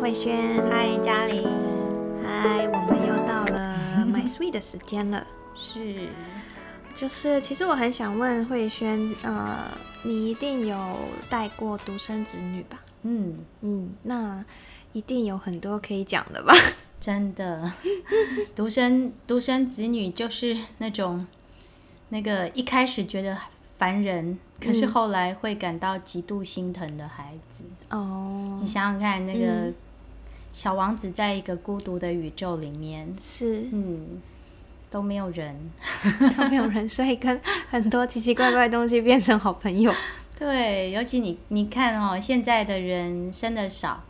慧萱，嗨，嘉玲，嗨，我们又到了 My Sweet 的时间了。是，就是其实我很想问慧萱，呃，你一定有带过独生子女吧？嗯，嗯，那一定有很多可以讲 的吧？真的， 独生独生子女就是那种，那个一开始觉得烦人，可是后来会感到极度心疼的孩子。哦你，想想看，那个小王子在一个孤独的宇宙里面，是 嗯，都没有人。都没有人，所以跟很多奇奇怪怪的东西变成好朋友。对，尤其你你看哦，现在的人生的少，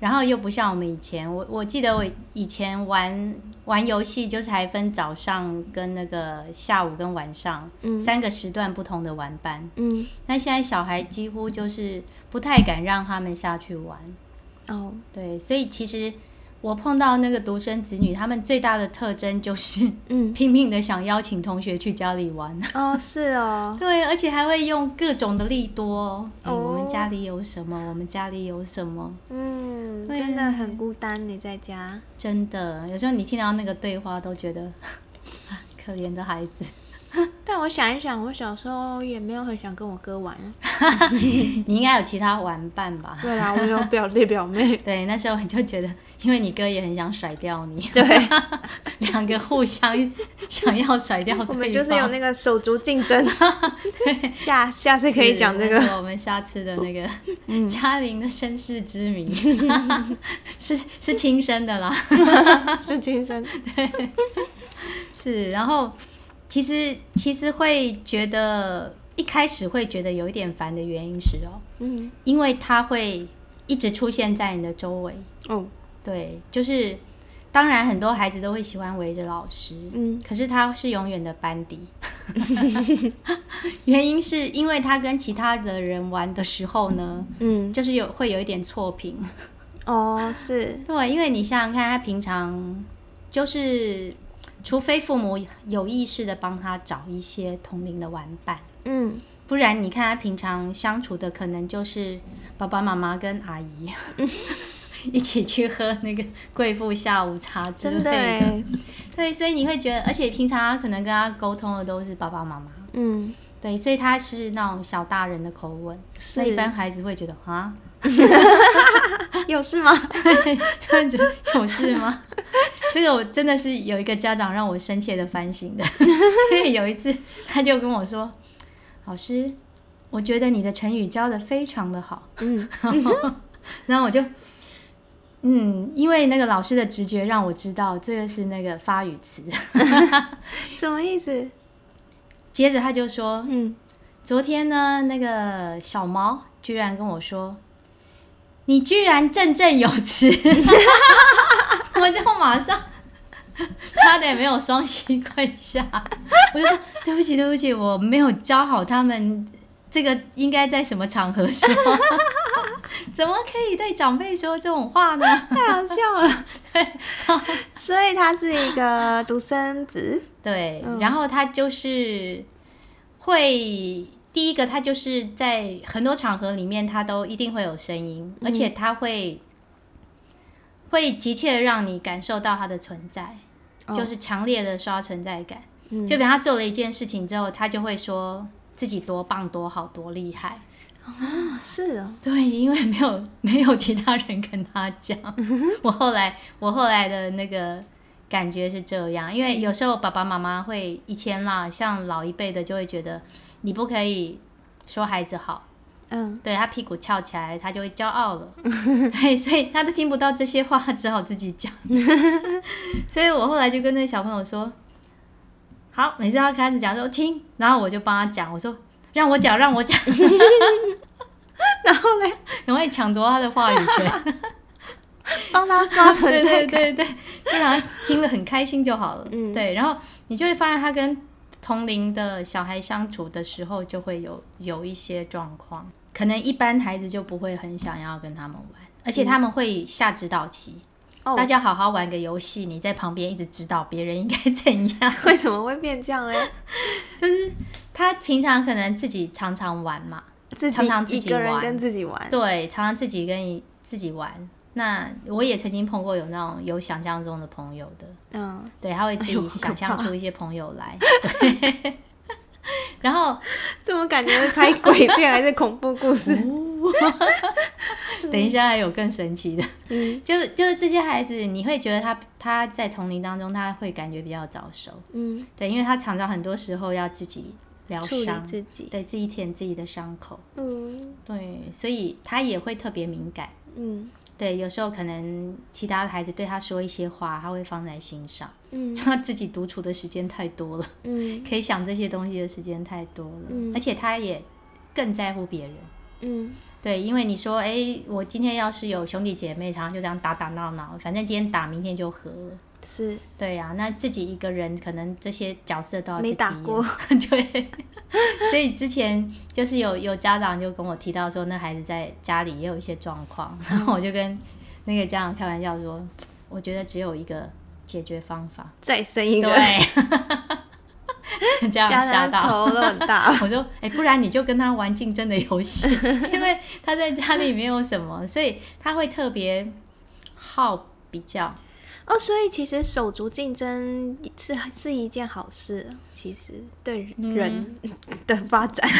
然后又不像我们以前。我我记得我以前玩玩游戏，就是还分早上跟那个下午跟晚上、嗯三个时段不同的玩伴。嗯，那现在小孩几乎就是不太敢让他们下去玩。哦，对，所以其实我碰到那个独生子女，他们最大的特征就是嗯， 拼命的想邀请同学去家里玩。哦，是哦，对，而且还会用各种的利多哦。哎哦我们家里有什么？我们家里有什么？嗯，对真的很孤单，你在家。真的，有时候你听到那个对话，都觉得 啊可怜的孩子。但我想一想，我小时候也没有很想跟我哥玩。你应该有其他玩伴吧？。对啦，我有表弟表妹对，那时候我就觉得，因为你哥也很想甩掉你，对， 两个互相想要甩掉对 我方。们就是有那个手足竞 争。 下下次可以讲这是个。嗯是我们下次的那个嘉玲的身世之谜， 是是亲生的啦。 是亲生。 是，然后其实其实会觉得一开始会觉得有一点烦的原因是哦，嗯，因为它会一直出现在你的周围。哦，对，就是当然很多孩子都会喜欢围着老师，嗯，可是他是永远的班底。 原因是因为他跟其他的人玩的时候呢，嗯，就是有会有一点错评。哦，是，对，因为你想想看，他平常就是，除非父母有意识的帮他找一些同龄的玩伴，嗯不然你看他平常相处的可能就是爸爸妈妈跟阿姨 一起去喝那个贵妇下午茶之类真的的。哎。对，所以你会觉得，而且平常他可能跟他沟通的都是爸爸妈妈。 嗯，对，所以他是那种小大人的口吻，那一是般孩子会觉得啊，有事吗？ 突然觉得有事吗？ 这个我真的是有一个家长让我深切的反省的， 因为有一次他就跟我说：“老师，我觉得你的成语教的非常的好。嗯，” 然后我就，嗯，因为那个老师的直觉让我知道这个是那个发语词。什么意思？接着他就说嗯，：“昨天呢，那个小毛居然跟我说，你居然振振有词。” 我就马上 差点没有双膝跪下，我就说对不起，对不起，我没有教好他们这个应该在什么场合说， 怎么可以对长辈说这种话呢？太好笑 了。所以他是一个独生子。对，嗯然后他就是会第一个，他就是在很多场合里面，他都一定会有声音，嗯而且他会会急切地让你感受到他的存在，哦就是强烈的刷存在感。嗯就比方他做了一件事情之后，他就会说自己多棒、多好、多厉害。哦，是哦。对，因为没有没有其他人跟他讲。 我后来我后来的那个感觉是这样，因为有时候爸爸妈妈会以前啦，像老一辈的就会觉得你不可以说孩子好，嗯， 对他屁股翘起来，他就会骄傲了。对，所以他都听不到这些话，他只好自己讲。所以我后来就跟那小朋友说：“好，每次他开始讲说听，然后我就帮他讲，我说让我讲，让我讲。” 然后嘞，赶快抢夺他的话语权。帮他刷存 在对对对对，就让他听了很开心就好了。嗯对，然后你就会发现他跟同龄的小孩相处的时候，就会有有一些状况，可能一般孩子就不会很想要跟他们玩，而且他们会下指导棋。哦大家好好玩个游戏，你在旁边一直指导别人应该怎样。为什么会变这样嘞？他平常可能自己常常玩嘛，自己常常自一己个人玩跟自己玩。对，常常自己跟自己玩，那我也曾经碰过有那种有想象中的朋友的，嗯，对，他会自哎呦好己可想象怕出一些朋友来，对。 然后怎么感觉是拍鬼片还是恐怖故事？等一下还有更神奇的，嗯 就是就是这些孩子，你会觉得他他在同龄当中，他会感觉比较早熟，嗯，对，因为他常常很多时候要自己疗处理伤，自己，对自己舔自己的伤口，嗯对，所以他也会特别敏感。嗯对，有时候可能其他的孩子对他说一些话，他会放在心上。嗯 他自己独处的时间太多了，嗯可以想这些东西的时间太多了，嗯而且他也更在乎别人。嗯对，因为你说，哎、我今天要是有兄弟姐妹，常常就这样打打闹闹，反正今天打，明天就和了。是对呀、那自己一个人，可能这些角色都要自己没打演过。 对，所以之前就是有有家长就跟我提到说，那孩子在家里也有一些状况，然后我就跟那个家长开玩笑说，我觉得只有一个解决方法， 再生一个，对， 家长吓家长到。头都很 大，我说，哎、不然你就跟他玩竞争的游戏， 因为他在家里没有什么，所以他会特别好比较。哦，所以其实手足竞争是是一件好事，其实对嗯 人的发展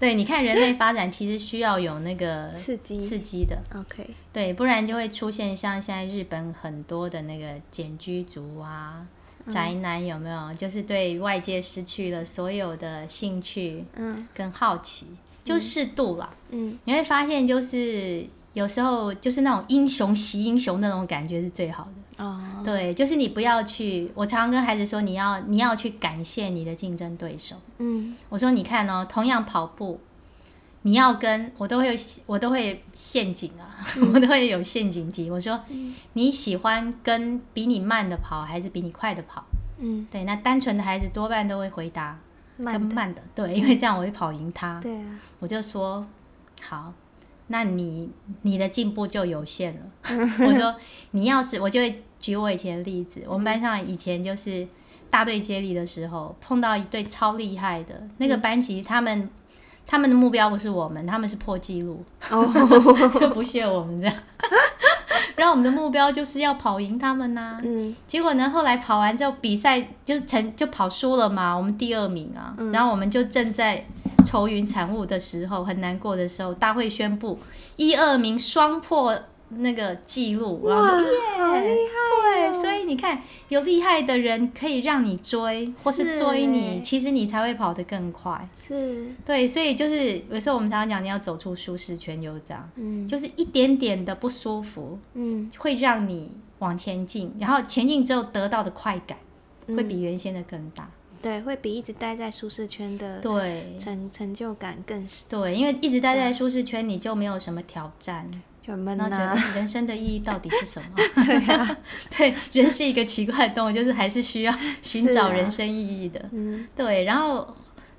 对，你看人类发展其实需要有那个刺激。刺激的， OK，对，不然就会出现像现在日本很多的那个简居族啊、嗯宅男，有没有？就是对外界失去了所有的兴趣嗯跟好奇，就适度啦。嗯你会发现，就是有时候就是那种英雄惜英雄那种感觉是最好的。哦，对，就是你不要去，我常常跟孩子说，你要你要去感谢你的竞争对手。嗯我说，你看哦，同样跑步，你要跟我都会有我都会陷阱啊， 我嗯都会有陷阱题。我说，你喜欢跟比你慢的跑，还是比你快的跑？嗯，对，那单纯的孩子多半都会回答跟慢的嗯慢的，对，因为这样我会跑赢他。对 啊，我就说好，那你你的进步就有限了。我说你要是我就会举我以前的例子，我们班上以前就是大队接力的时候碰到一队超厉害的那个班级，他们他们的目标不是我们，他们是破纪 录，哦不屑我们这样。 然后我们的目标就是要跑赢他们呐、嗯结果呢，后来跑完之后比赛就成就跑输了嘛，我们第二名啊。嗯然后我们就正在愁云惨雾的时候，很难过的时候，大会宣布一二名双破那个记录，然后就好厉哦对，所以你看，有厉害的人可以让你追，或是是追你，欸其实你才会跑得更快。是，对，所以就是有时候我们常常讲，你要走出舒适圈，就是这样，嗯就是一点点的不舒服，嗯，会让你往前进，然后前进之后得到的快感会比原先的更大。对，会比一直待在舒适圈的对成成就感更是对，因为一直待在舒适圈，你就没有什么挑战，就闷啊然后觉得呐，哎人生的意义到底是什么？对，人是一个奇怪的动物，就是还是需要寻是找啊人生意义的。嗯对，然后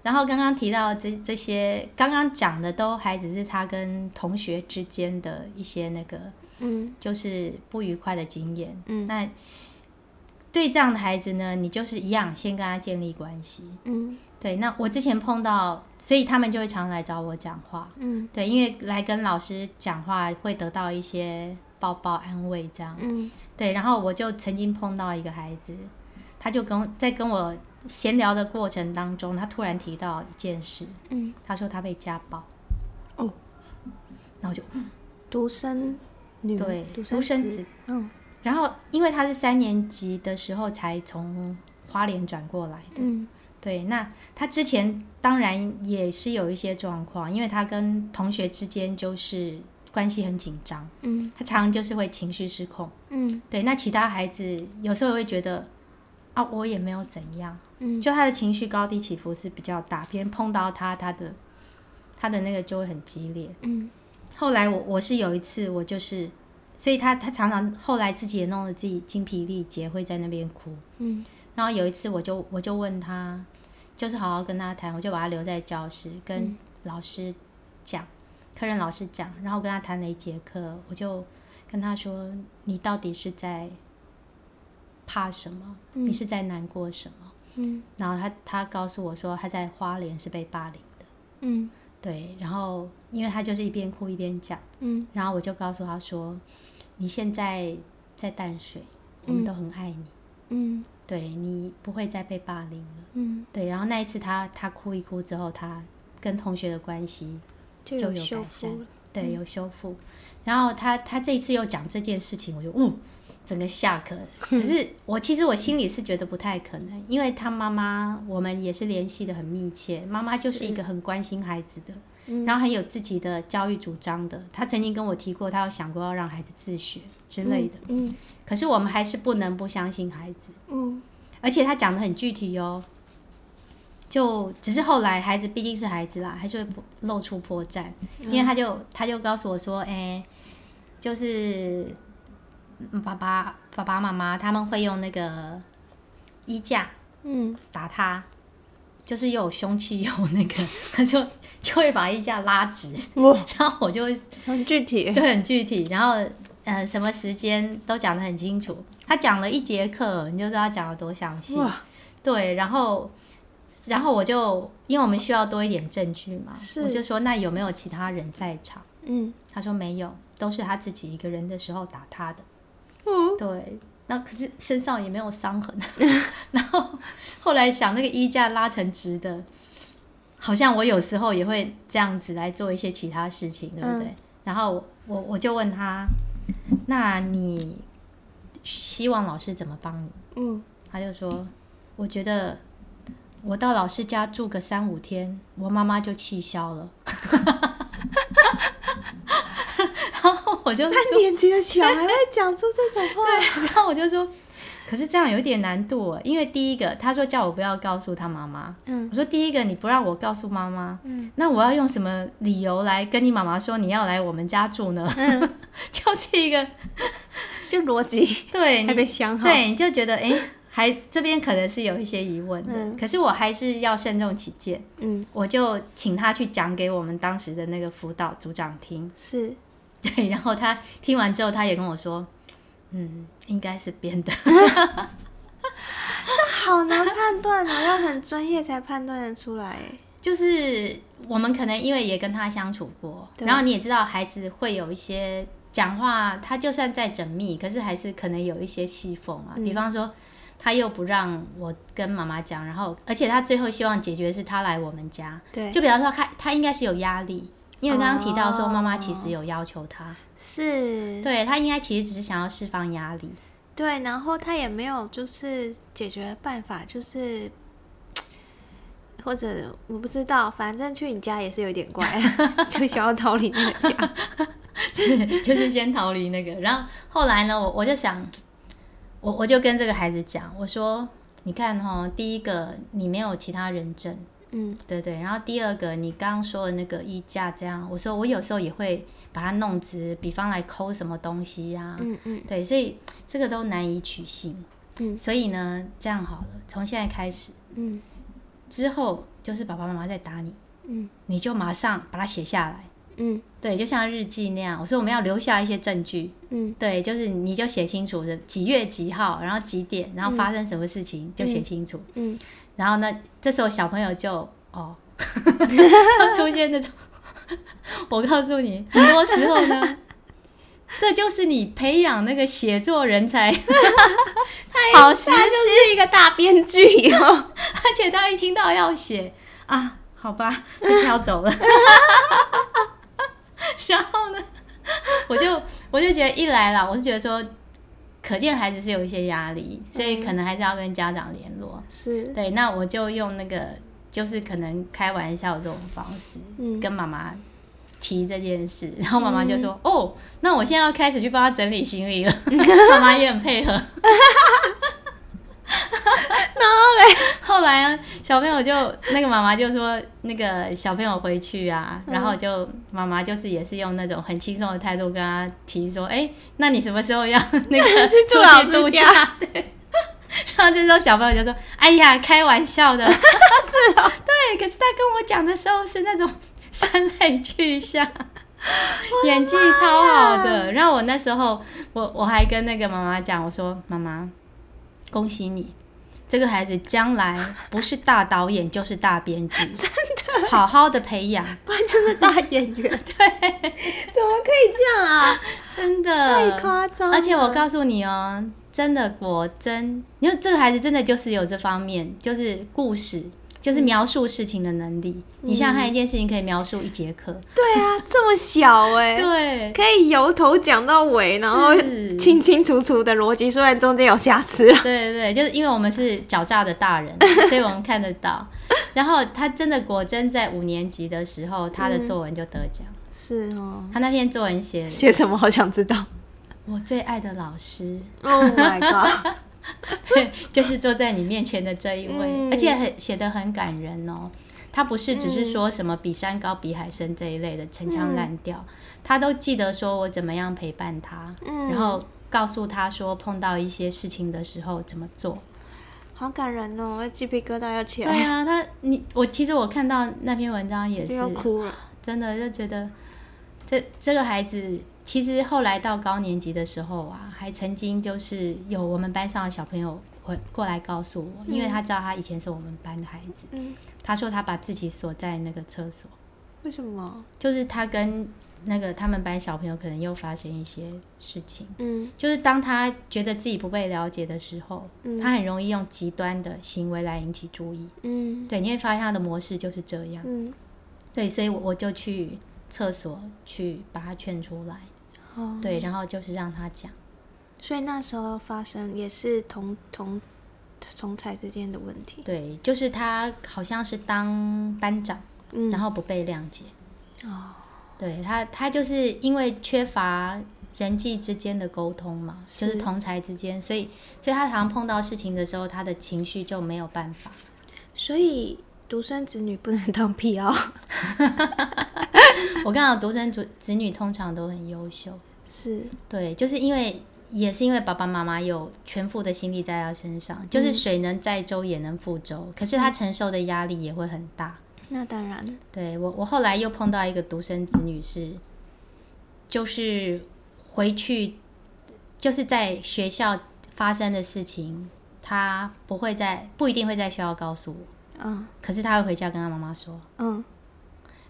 然后刚刚提到这这些，刚刚讲的都还只是他跟同学之间的一些那个嗯就是不愉快的经验。嗯那对这样的孩子呢，你就是一样先跟他建立关系。嗯对，那我之前碰到，所以他们就会常来找我讲话。嗯对，因为来跟老师讲话会得到一些抱抱安慰这样。嗯对，然后我就曾经碰到一个孩子，他就跟在跟我闲聊的过程当中，他突然提到一件事，嗯，他说他被家暴。哦，然后我就独生女，对独独生生子，嗯然后因为他是三年级的时候才从花莲转过来，嗯对，那他之前当然也是有一些状况，因为他跟同学之间就是关系很紧张，嗯他常常就是会情绪失控。嗯对，那其他孩子有时候会觉得啊，我也没有怎样，嗯，就他的情绪高低起伏是比较大，别人碰到他，他的他的那个就会很激烈。嗯后来我我是有一次我就是，所以他他常常后来自己也弄得自己精疲力竭，会在那边哭。嗯然后有一次我就我就问他，就是好好跟他谈，我就把他留在教室跟嗯老师讲，科任老师讲，然后跟他谈了一节课，我就跟他说，你到底是在怕什么？你是在难过什么？嗯然后他他告诉我说他在花莲是被霸凌的，嗯对，然后因为他就是一边哭一边讲，嗯然后我就告诉他说，你现在在淡水，我们都很爱你，嗯对你不会再被霸凌了。嗯，对，然后那一次他他哭一哭之后，他跟同学的关系就就有有修改善复了。对有修复。然后他他这一次又讲这件事情，我就嗯，整个下课。可是我其实我心里是觉得不太可能，因为他妈妈我们也是联系的很密切，妈妈就是一个很关心孩子的，然后很有自己的教育主张的。他曾经跟我提过，他有想过要让孩子自学之类的。嗯可是我们还是不能不相信孩子。嗯而且他讲的很具体哦，就只是后来孩子毕竟是孩子啦，还是会露出破绽，因为他就他就告诉我说，哎、就是嗯爸爸爸爸妈妈他们会用那个衣架嗯打他，就是又有凶器又有那个， 他就就会把衣架拉直，嗯，哇，然后我就会很具体。就很具体，然后呃，什么时间都讲得很清楚。他讲了一节课，你就知道他讲的多详细哇。对，然后然后我就因为我们需要多一点证据嘛，是我就说那有没有其他人在场？嗯他说没有，都是他自己一个人的时候打他的。嗯，对，那可是身上也没有伤痕。啊 然后后来想那个衣架拉成直的，好像我有时候也会这样子来做一些其他事情，对不对？然后我我我就问他，那你希望老师怎么帮你？嗯他就说，我觉得。我到老师家住个三五天，我妈妈就气消了。 然后我就三年级的小孩会讲出这种话，然后我就说，可是这样有点难度哦，因为第一个他说叫我不要告诉他妈妈，嗯我说第一个你不让我告诉妈妈，嗯那我要用什么理由来跟你妈妈说你要来我们家住呢？嗯， 就是一个就逻辑对还没你想好。对你就觉得哎。诶还这边可能是有一些疑问的，嗯可是我还是要慎重起见，嗯，我就请他去讲给我们当时的那个辅导组长听。是对，然后他听完之后，他也跟我说，嗯，应该是编的。好难判断哦，要很专业才判断得出来耶。就是我们可能因为也跟他相处过，对然后你也知道孩子会有一些讲话，他就算再缜密，可是还是可能有一些细缝啊。嗯比方说，他又不让我跟妈妈讲，然后而且他最后希望解决是他来我们家，对，就比方说他他应该是有压力，因为刚刚提到说哦妈妈其实有要求他，是，对他应该其实只是想要释放压力，对，然后他也没有就是解决办法，就是。或者我不知道，反正去你家也是有 点怪，就想要逃离那个家。是， 就是先逃离那个。然后后来呢，我我就想，我我就跟这个孩子讲，我说，你看哦，第一个你没有其他人证， 嗯对对。然后第二个，你刚刚说的那个衣架这样，我说我有时候也会把它弄直，比方来抠什么东西呀、嗯嗯对，所以这个都难以取信。嗯所以呢，这样好了，从现在开始，嗯之后就是爸爸妈妈在打你，嗯你就马上把它写下来。嗯对，就像日记那样，我说我们要留下一些证据，嗯对，就是你就写清楚几月几号，然后几点，然后发生什么事情就写清楚。嗯，然后呢，这时候小朋友就哦， 要出现那种， 我告诉你，很多时候呢， 这就是你培养那个写作人才， 好时他就是一个大编剧哦以后，而且他一听到要写啊，好吧，就飘走了。 然后呢，我就我就觉得一来啦，我是觉得说，可见孩子是有一些压力，所以可能还是要跟家长联络。 是对，那我就用那个就是可能开玩笑这种方式， 嗯跟妈妈。提这件事， 然后妈妈就说：“嗯哦，那我现在要开始去帮他整理 行李了。” 妈妈也很配合。 后来啊，小朋友就那个妈妈就说，那个小朋友回去啊，嗯然后就妈妈就是也是用那种很轻松的态度跟他提说，哎、那你什么时候要那个 去住老师出去度家假？对。 然后这时候小朋友就说：“哎呀，开玩笑的， 是哦， 对。可是他跟我讲的时候是那种声泪俱 下，演技超好的。然后我那时候，我我还跟那个妈妈讲，我说：妈妈，恭喜你，这个孩子将来不是大导演就是大编剧， 真的，好好的培养。 不然就是大演员。对，怎么可以这样啊？真的太夸张了。而且我告诉你哦，真的果真，因为这个孩子真的就是有这方面，就是故事，嗯就是描述事情的能力。你想想看，一件事情可以描述一节课，对啊，这么 小哎、对，可以由头讲到尾，然后是清清楚楚的逻辑，虽然中间有瑕疵啦。对对对，就是因为我们是狡诈的 大人，所以我们看得到。然后他真的果真在五年级的时候，嗯他的作文就得奖。是哦，他那篇作文写写什么好想知道我最爱的老师， ？Oh my god！对， 就是坐在你面前的这一位，嗯而且很写的很感人哦。他不是只是说什么比山高比海深这一类的陈腔滥调，他都记得说我怎么样陪伴他，嗯然后告诉他说碰到一些事情的时候怎么做。好感人哦，我鸡皮疙瘩要起来，对啊，他你我其实我看到那篇文章也就是要哭了。真的就觉得这这个孩子，其实后来到高年级的时候啊，还曾经就是有我们班上的小朋友会过来告诉我，因为他知道他以前是我们班的孩子，嗯，他说他把自己锁在那个厕所，为什么？就是他跟那个他们班小朋友可能又发生一些事情。嗯就是当他觉得自己不被了解的时候，嗯他很容易用极端的行为来引起注意。嗯对，你会发现他的模式就是这样。嗯，对，所以我我就去厕所去把他劝出来，哦，对，然后就是让他讲，所以那时候发生也是同同同才之间的问题。对，就是他好像是当班长，嗯，然后不被谅解，哦，对他他就是因为缺乏人际之间的沟通嘛，就是是同才之间，所以所以他常碰到事情的时候，他的情绪就没有办法， 所以独生子女不能当 PR，我看到独生子子女通常都很优秀，是对，就是因为。也是因为爸爸妈妈有全副的心力在他身上，就是水能载舟也能覆舟，可是他承受的压力也会很大。那当然，对我，我后来又碰到一个独生子女是，就是回去，就是在学校发生的事情，他不会在，不一定会在学校告诉我，嗯可是他会回家跟他妈妈说。嗯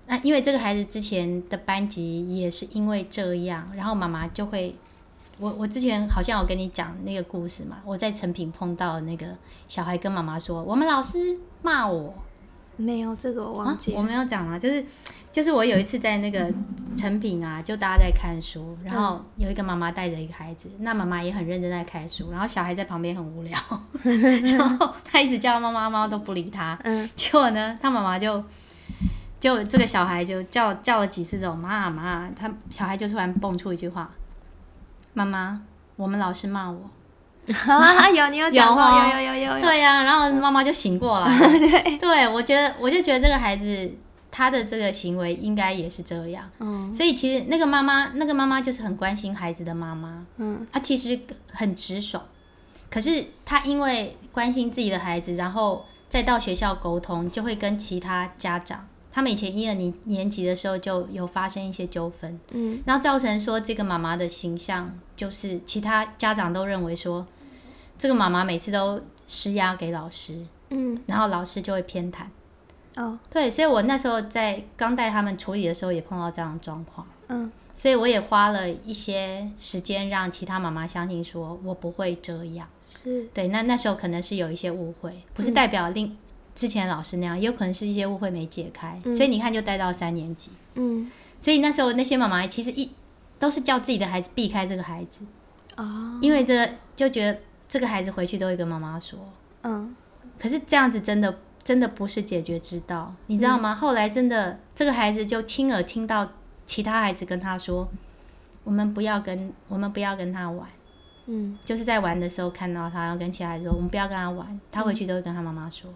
那因为这个孩子之前的班级也是因为这样，然后妈妈就会，我我之前好像有跟你讲那个故事嘛，我在成品碰到那个小孩跟妈妈说，我们老师骂我，嗯没有这个我忘记啊。我没有讲啊，就是就是我有一次在那个成品啊，就大家在看书，然嗯后有一个妈妈带着一个孩子，那妈妈也很认真在看书，然后小孩在旁边很无聊， 然后他一直叫妈妈，妈妈都不理他，嗯结果呢，他妈妈就。就这个小孩就叫叫了几次这种妈妈，他小孩就突然蹦出一句话：“妈妈，我们老师骂我。”啊， 有你有啊讲过，有哦有有有有有，对呀、然后妈妈就醒过来 了。对，我觉得我就觉得这个孩子他的这个行为应该也是这样，嗯所以其实那个妈妈，那个妈妈就是很关心孩子的妈妈，嗯啊，其实很直爽，可是她因为关心自己的孩子，然后再到学校沟通，就会跟其他家长。他们以前一二年年级的时候就有发生一些纠纷，嗯，然后造成说这个妈妈的形象，就是其他家长都认为说，这个妈妈每次都施压给老师，嗯然后老师就会偏袒。哦对，所以我那时候在刚带他们处理的时候，也碰到这样的状况，嗯所以我也花了一些时间让其他妈妈相信说我不会这样。是对，那那时候可能是有一些误会，不嗯是代表另之前老师那样，也有可能是一些误会没解开，嗯所以你看就带到三年级。嗯所以那时候那些妈妈其实一都是叫自己的孩子避开这个孩子，哦因为这个就觉得这个孩子回去都会跟妈妈说。嗯可是这样子真的真的不是解决之道，你知道吗？后来真的这个孩子就亲耳听到其他孩子跟他说：“我们不要跟我们不要跟他玩。”嗯就是在玩的时候看到他，要跟其他人说我们不要跟他玩，他回去都会跟他妈妈说。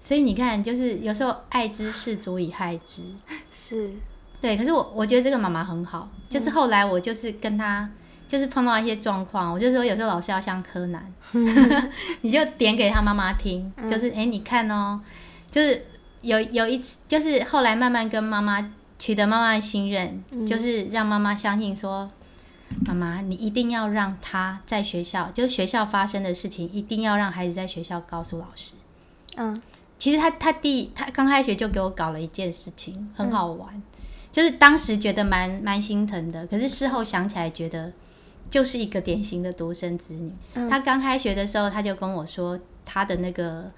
所以你看，就是有时候爱之是足以害之。是对，可是我我觉得这个妈妈很好，就是后来我就是跟她，就是碰到一些状况，我就说有时候老师要像柯南，你就点给他妈妈听，就是哎、诶你看哦，就是有有一次，就是后来慢慢跟妈妈取得妈妈的信任，嗯就是让妈妈相信说。妈妈，你一定要让他在学校，就是学校发生的事情，一定要让孩子在学校告诉老师。嗯其实他他弟他刚开学就给我搞了一件事情，很好玩，就是当时觉得蛮蛮心疼的，可是事后想起来觉得就是一个典型的独生子女。嗯他刚开学的时候，他就跟我说他的那个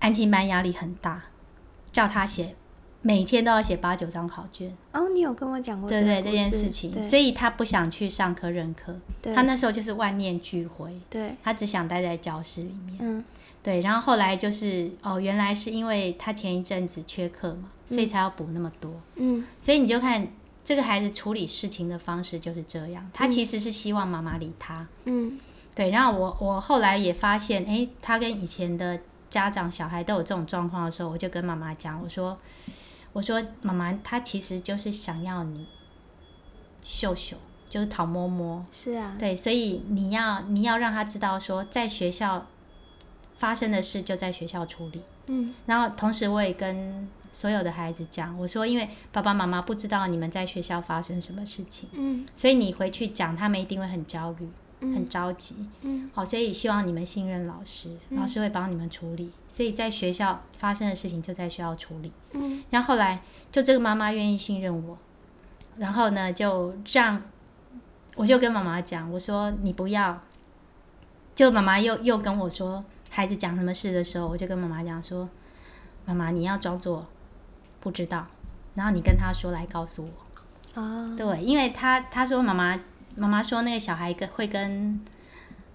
安亲班压力很大，叫他写每天都要写八九张考卷，哦，你有跟我讲过对不对？个这故件事事情，对所以他不想去上课任课，对他那时候就是万念俱灰，对，他只想待在教室里面。嗯对，然后后来就是哦，原来是因为他前一阵子缺课嘛，所以才要补那么多。嗯所以你就看这个孩子处理事情的方式就是这样，他其实是希望妈妈理他。嗯对，然后我我后来也发现，诶，他跟以前的家长小孩都有这种状况的时候，我就跟妈妈讲，我说我说妈妈，他其实就是想要你秀秀，就是讨摸摸。是啊，对，所以你要你要让他知道说，在学校发生的事就在学校处理。嗯然后同时我也跟所有的孩子讲，我说因为爸爸妈妈不知道你们在学校发生什么事情，嗯所以你回去讲，他们一定会很焦虑、很嗯着急。嗯好，所以希望你们信任老师，老师会帮你们处理。所以在学校发生的事情就在学校处理。嗯然后后来就这个妈妈愿意信任我，然后呢就让我就跟妈妈讲，我说你不要，就妈妈又又跟我说孩子讲什么事的时候，我就跟妈妈讲说，妈妈你要装作不知道，然后你跟他说来告诉我，啊，对，因为他他说妈妈妈妈说那个小孩跟会跟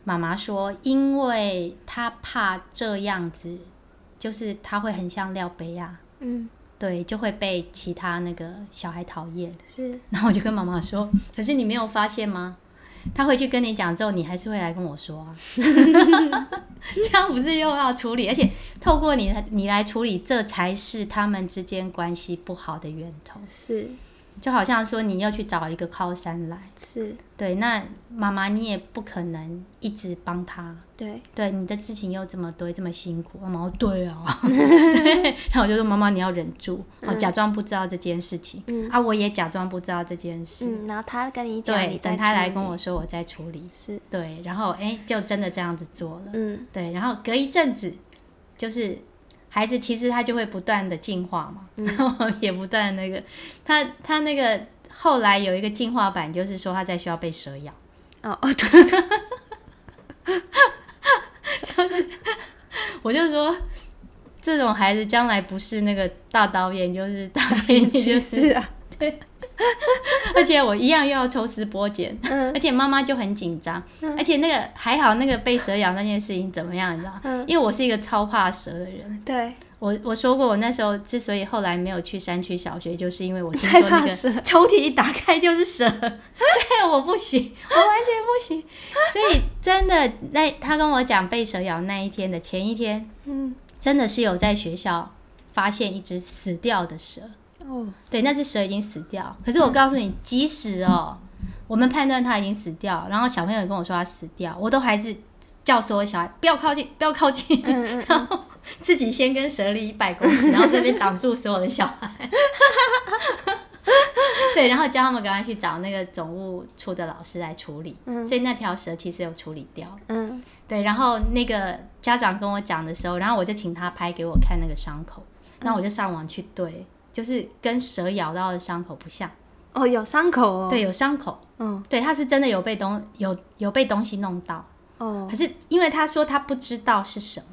妈妈说，因为他怕这样子，就是他会很像廖北亚。嗯对，就会被其他那个小孩讨厌。 是，然后我就跟妈妈说：“ 可是你没有发现吗？他回去跟你讲之后，你还是会来跟我说啊。 这样不是又要处理？而且透过你来你来处理，这才是他们之间关系不好的源头。是就好像说，你要去找一个靠山来，是，对，那妈妈你也不可能一直帮他。”对，对你的事情又这么多，这么辛苦，妈妈说对 啊，对然后我就说妈妈你要忍住，我、假装不知道这件事情，嗯啊我也假装不知道这件事，嗯，然后他跟你讲，对，你等再他来处跟理我说我再处理，是，对，然后哎就真的这样子做了，嗯对，然后隔一阵子就是孩子其实他就会不断的进化嘛，然嗯后 也不断地那个他他那个后来有一个进化版，就是说他在学校被蛇咬。哦 哦对， 我就说，这种孩子将来不是那个大导演，就是大编剧， 就是。啊，而且我一样又要抽丝剥茧，嗯而且妈妈就很紧张。而且那个还好，那个被蛇咬那件事情怎么样，你知道？嗯因为我是一个超怕蛇的人。对，我我说过，我那时候之所以后来没有去山区小学，就是因为我听害说怕那个蛇，抽屉一 打开就是蛇， 对，我不行，我完全不行。所以真的，那他跟我讲被蛇咬那一天的前一天， 嗯真的是有在学校发现一只死掉的蛇，哦，对，那只蛇已经死掉。可是我告诉你，即使哦，我们判断它已经死掉，然后小朋友也跟我说它死掉，我都还是叫所有小孩不要靠近，不要靠近，嗯嗯然后自己先跟蛇离一百公尺，然后这边挡住所有的小孩。 对，然后叫他们赶快去找那个总务处的老师来处理，嗯所以那条蛇其实有处理掉。嗯对，然后那个家长跟我讲的时候，然后我就请他拍给我看那个伤口，然后我就上网去对，就是跟蛇咬到的伤口不像，哦，有伤口哦，对，有伤口，嗯对，他是真的有被东有有被东西弄到，哦，可是因为他说他不知道是什么，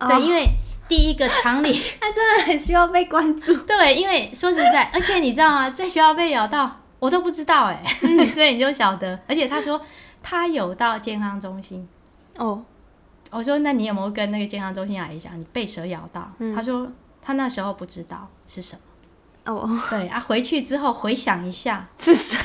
哦对，因为第一个常理，他真的很需要被关注，对，因为说实在，而且你知道吗，在学校被咬到我都不知道哎、嗯 所以你就晓得，而且他说他有到健康中心。哦，我说：“那你有没有跟那个健康中心阿姨讲，你被蛇咬到？”嗯他说：“他那时候不知道是什么。哦哦，对啊，回去之后回想一下， 是 蛇，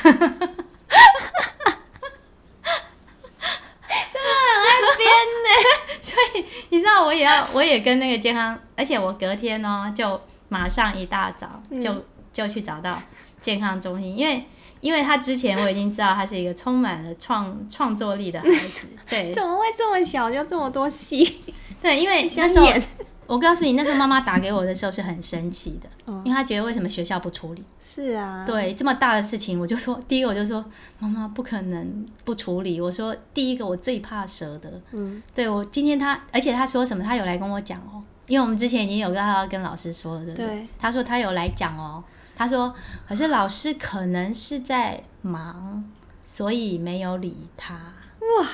你知道我也要，我也跟那个健康，而且我隔天哦，就马上一大早嗯就、就去找到健康中心，因为因为他之前我已经知道他是一个充满了创创作力的孩子，对怎么会这么小就这么多戏？对，因为那想时候演 我告诉你，那时候妈妈打给我的时候是很生气的，哦因为她觉得为什么学校不处理。是啊，对这么大的事情，我就说，第一个我就说，妈妈不可能不处理。我说，第一个我最怕蛇的。嗯对我今天他，而且他说什么，他有来跟我讲哦，因为我们之前已经有跟他跟老师说了，对不对？对他说他有来讲哦，他说，可是老师可能是在忙，所以没有理他。哇，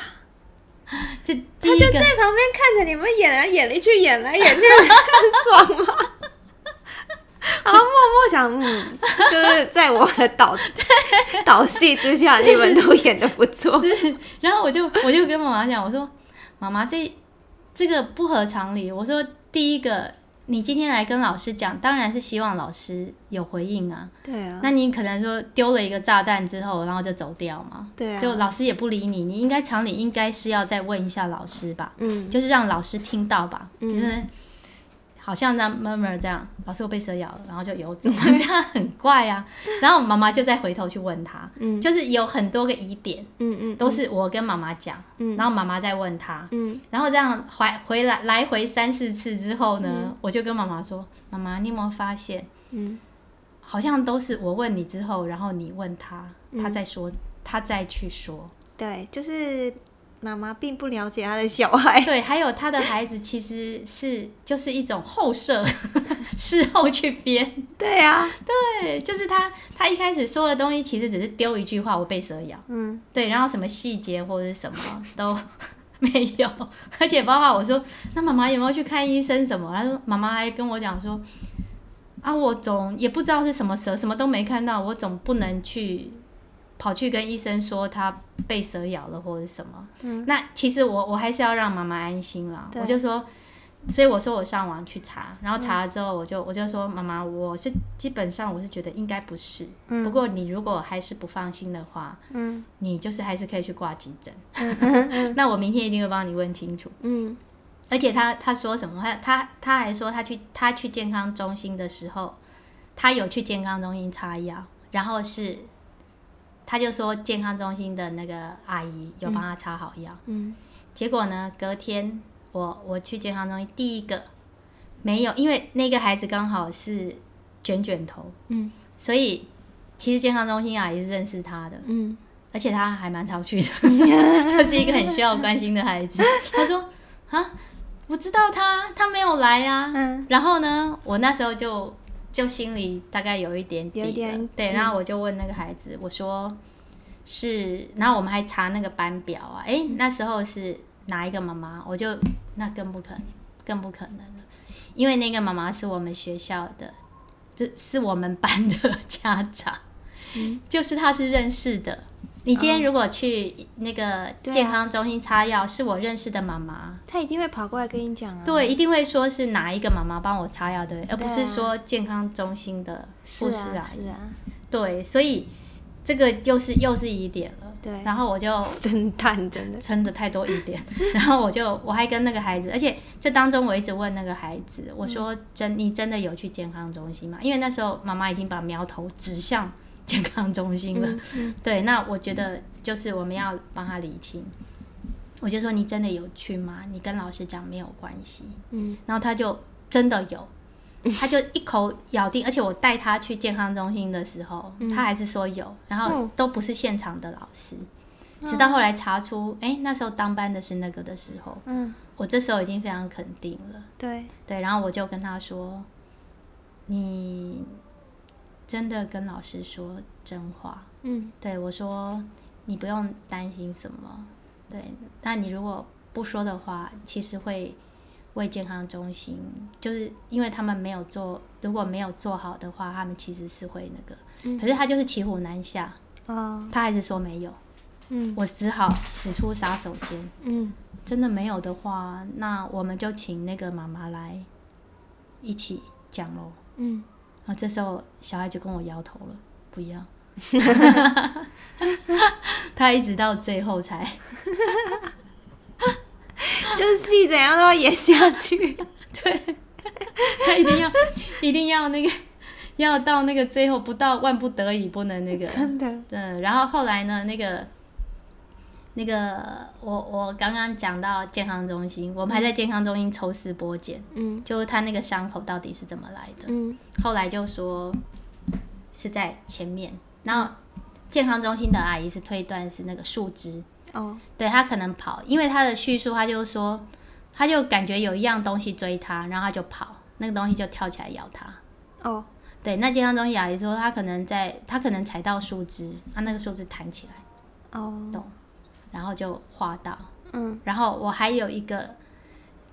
这他第一就个在旁边看着你们演来演去，演来演去， 很爽吗？然后默默想，嗯，就是在我的导导戏之下，你们都演的不错。然后我就我就跟妈妈讲，我说妈妈这这个不合常理。我说第一个，你今天来跟老师讲，当然是希望老师有回应啊。对啊，那你可能说丢了一个炸弹之后，然后就走掉嘛，对啊，就老师也不理你，你应该常理应该是要再问一下老师吧，嗯，就是让老师听到吧，嗯就是好像在 murmur 这样，老师我被蛇咬了，然后就 游走，这样很怪啊。然后我妈妈就再回头去问他，嗯就是有很多个疑点。嗯嗯都是我跟妈妈讲，嗯然后妈妈再问他，嗯，然后这样回回来来回三四次之后呢，我就跟妈妈说：“妈妈，你有没有发现，嗯好像都是我问你之后，然后你问他，嗯他再说，他再 去说。对，就是妈妈并不了解他的小孩，对，还有他的孩子其实是就是一种后设， 事后去编。 对啊，对，就是他他一开始说的东西，其实只是丢一句话，我被蛇咬。嗯，对，然后什么细节或者是什么都 没有，而且包括我说，那妈妈有没有去看医生什么？她说妈妈还跟我讲说，啊，我总也不知道是什么蛇，什么都没看到，我总不能去跑去跟医生说她被蛇咬了或者什么。嗯那其实我我还是要让妈妈安心啦，对我就说。所以我说我上网去查，然后查了之后，我就、我就说妈妈，我是基本上我是觉得应该不是，嗯不过你如果还是不放心的话，嗯你就是还是可以去挂急诊。 那我明天一定会帮你问清楚。嗯而且他他说什么？他他他还说他去他去健康中心的时候，他有去健康中心擦药，然后是他就说健康中心的那个阿姨有帮他擦好药。嗯，结果呢，隔天我我去健康中心，第一个没有，因为那个孩子刚好是卷卷头，嗯，所以其实健康中心阿姨是认识他的。嗯，而且他还蛮常去的，就是一个很需要关心的孩子。他说啊，我知道他，他没有来啊呀、嗯然后呢，我那时候就就心里大概有一点底了，有一点对。嗯然后我就问那个孩子，我说是，然后我们还查那个班表啊，诶，嗯那时候是哪一个妈妈？我就那更不可能，更不可能了，因为那个妈妈是我们学校的，这是我们班的家长，嗯就是他是认识的。你今天如果去那个哦对啊健康中心擦药，是我认识的妈妈，啊他一定会跑过来跟你讲啊。对，一定会说是哪一个妈妈帮我擦药的，而不对是啊说健康中心的是护士啊，啊。是啊，对，所以这个又是又是疑点了。对，然后我就 侦探真的，撑着太多疑点， 然后我就我还跟那个孩子，而且这当中我一直问那个孩子，我嗯说真你真的有去健康中心吗？因为那时候妈妈已经把苗头指向健康中心了。嗯嗯对，那我觉得就是我们要帮他理清。我就说你真的有去吗？你跟老师讲没有关系。嗯然后他就真的有，他就一口咬定，而且我带他去健康中心的时候，他还是说有，然后嗯都不是现场的老师，直到后来查出，哎、那时候当班的是那个的时候，嗯，我这时候已经非常肯定了，对，对，然后我就跟他说，你真的跟老师说真话，嗯对我说，你不用担心什么。对，那你如果不说的话，其实会为健康中心，就是因为他们没有做，如果没有做好的话，他们其实是会那个。嗯可是他就是骑虎难下，哦，他还是说没有，嗯我只好使出杀手锏。嗯真的没有的话，那我们就请那个妈妈来一起讲喽。嗯，然后这时候小孩就跟我摇头了，不一 样。他一直到最后才，就是戏怎样都要演下去。他一定要，一定要那个，要到那个最后，不到万不得已不能那个。真的，嗯，然后后来呢，那个，那个，我我刚刚讲到健康中心，我们还在健康中心抽丝剥茧，嗯就是他那个伤口到底是怎么来的。嗯后来就说是在前面，然后健康中心的阿姨是推断是那个树枝，哦，对他可能跑，因为他的叙述他就说，他就感觉有一样东西追他，然后他就跑，那个东西就跳起来咬他，哦，对，那健康中亚里说他可能在，他可能踩到树枝，他那个树枝弹起来，哦，然后就滑倒。嗯，然后我还有一个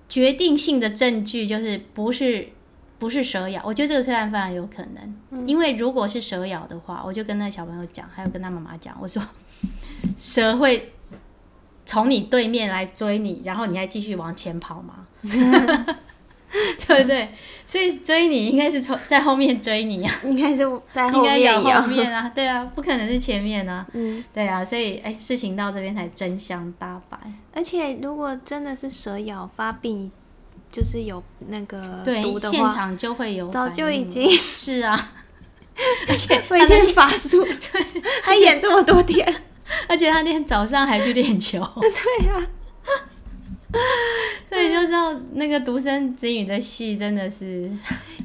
决定性的证据，就是不是不是蛇咬，我觉得这个推断非常有可能，嗯因为如果是蛇咬的话，我就跟那个小朋友讲，还有跟他妈妈讲，我说嗯蛇会从你对面来追你，然后你还继续往前跑 吗？对不对？所以追你应该是从在后面追你啊，应该是在后应该面咬咬 后。面啊，对啊，不可能是前面啊，嗯，对啊，所以哎，事情到这边才真相大白。而且如果真的是蛇咬发病，就是有那个毒对，呃的现话，场就会有早反就已应经 是啊，而且每他那天发术，还演这么多天，而且他那天早上还去练球， 对啊呀、所以就知道那个独生子女的戏真 的是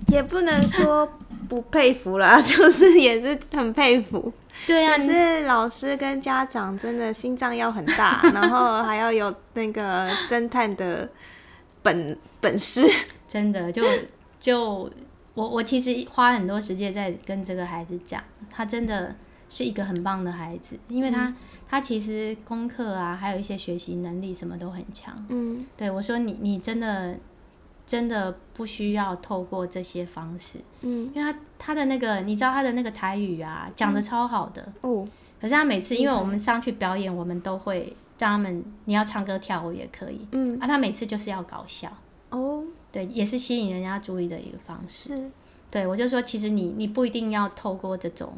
也不能说不佩服啦， 就是也是很佩服。对啊，只你是老师跟家长真的心脏要很 大，然后还要有那个侦探的本本事。真的就就我我其实花很多时间在跟这个孩子讲，他真的。是一个很棒的孩子，因为嗯他、他其实功课啊，还有一些学习能力什么都很强。嗯对我说你你真的真的不需要透过这些方式，嗯，因为他他的那个，你知道他的那个台语啊，讲的超好的。哦，可是他每次，因为我们上去表演，我们都会让他们，你要唱歌跳舞也可以。嗯啊，他每次就是要搞笑，哦，对，也是吸引人家注意的一个方式。是，对我就说，其实你你不一定要透过这种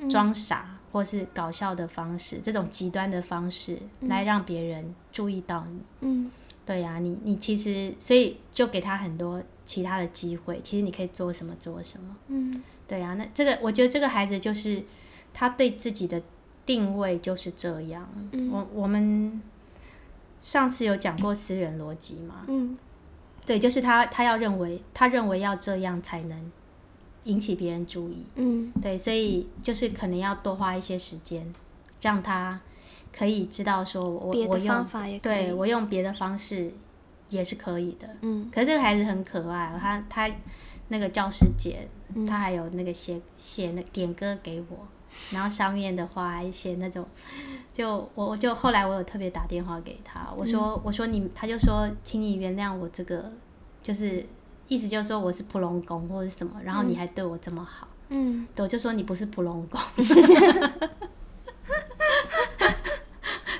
嗯装傻或是搞笑的方式，这种极端的方式来让别人注意到你。嗯对呀、你你其实所以就给他很多其他的机会，其实你可以做什么做什么。嗯对啊，那这个我觉得这个孩子就是他对自己的定位就是这样。嗯我我们上次有讲过私人逻辑嘛？嗯对，就是他他要认为他认为要这样才能引起别人注意。嗯对，所以就是可能要多花一些时间，让他可以知道说我别的我用方法也可以对我用别的方式也是可以的。嗯可是这个孩子很可爱哦，他他那个教师节，他还有那个写写那点歌给我，然后上面的话还写那种，就我我就后来我有特别打电话给他，我说、我说你，他就说请你原谅我这个，就是意思就是说我是普龙宫或者什么，然后你还对我这么好，嗯，对我就说你不是普龙宫。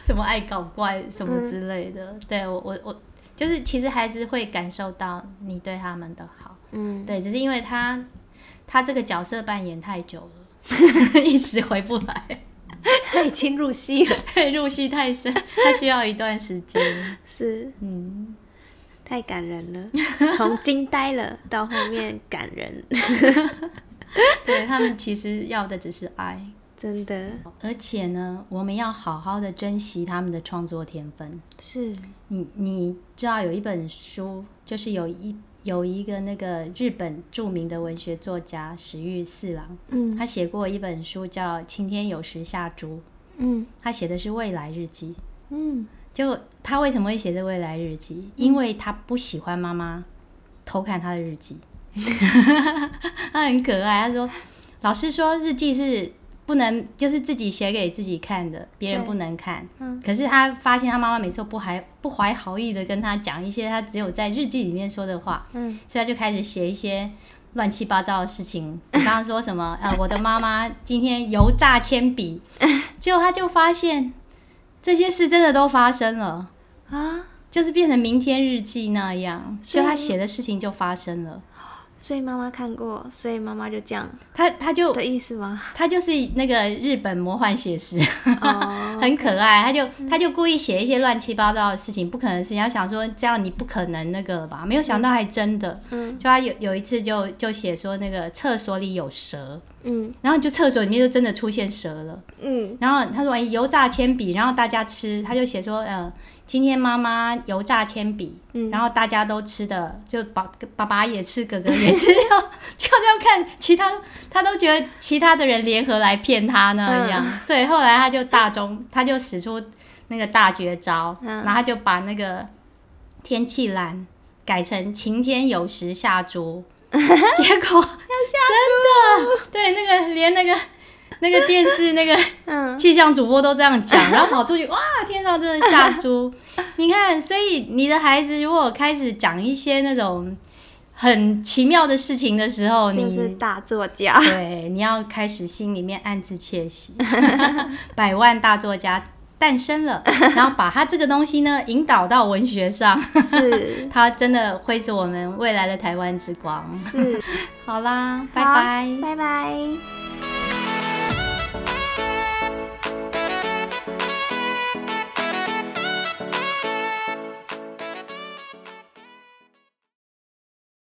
什么爱搞怪什么之类的，对我我我就是其实孩子会感受到你对他们的好， 嗯，对，只是因为他他这个角色扮演太久了， 一时回不来，他已经入戏了，对，入戏太深，他需要一段时间。 是嗯，太感人 了，从惊呆了到后面感人，对他们其实要的只是爱，真的而且呢，我们要好好的珍惜他们的创作天分。是，你你知道有一本书，就是有一有一个那个日本著名的文学作家石玉四郎，嗯他写过一本书叫《晴天有时下猪》，嗯他写的是未来日记。嗯就他为什么会写这未来日记？因为他不喜欢妈妈偷看他的 日记，他很可爱。他说，老师说日记是不能，就是自己写给自己看的，别人对不能看。嗯可是他发现他妈妈每次都不怀不怀好意的跟他讲一些他只有在日记里面说的话，嗯所以他就开始写一些乱七八糟的事情，比方说什么呃，我的妈妈今天油炸 铅笔，结果他就发现这些事真的都发生了，啊，就是变成明天日记那样，所所以以他写的事情就发生了。所以妈妈看过，所以妈妈就这样他他就的意思 吗？他就是那个日本魔幻写实，哦， 很可爱。他就他就故意写一些乱七八糟的事情，不可能的事情。他想说这样你不可能那个了吧？没有想到还真的。嗯就他有有一次就就写说那个厕所里有蛇，嗯然后就厕所里面就真的出现蛇了。嗯然后他说、哎油炸铅笔，然后大家吃，他就写说呃今天妈妈油炸铅笔，嗯然后大家都吃的，就爸爸爸也吃，哥哥也吃， 要就要看其他，他都觉得其他的人联合来骗他嗯那样。 对，后来他就大中，他就使出那个大绝招，嗯然后他就把那个天气蓝改成晴天有时下猪，结果真的 对那个连那个那个电视那个嗯，气象主播都这 样讲，然后跑出去，哇，天上真的下猪！你看，所以你的孩子如果开始讲一些那种很奇妙的事情的时候，就哦你是啊大作家。对你要开始心里面暗自 窃喜，百万大作家诞 生了，然后把他这个东西呢引导到文学上，是他真的会是我们未来的台湾之光。是， 好啦，拜好拜。拜拜。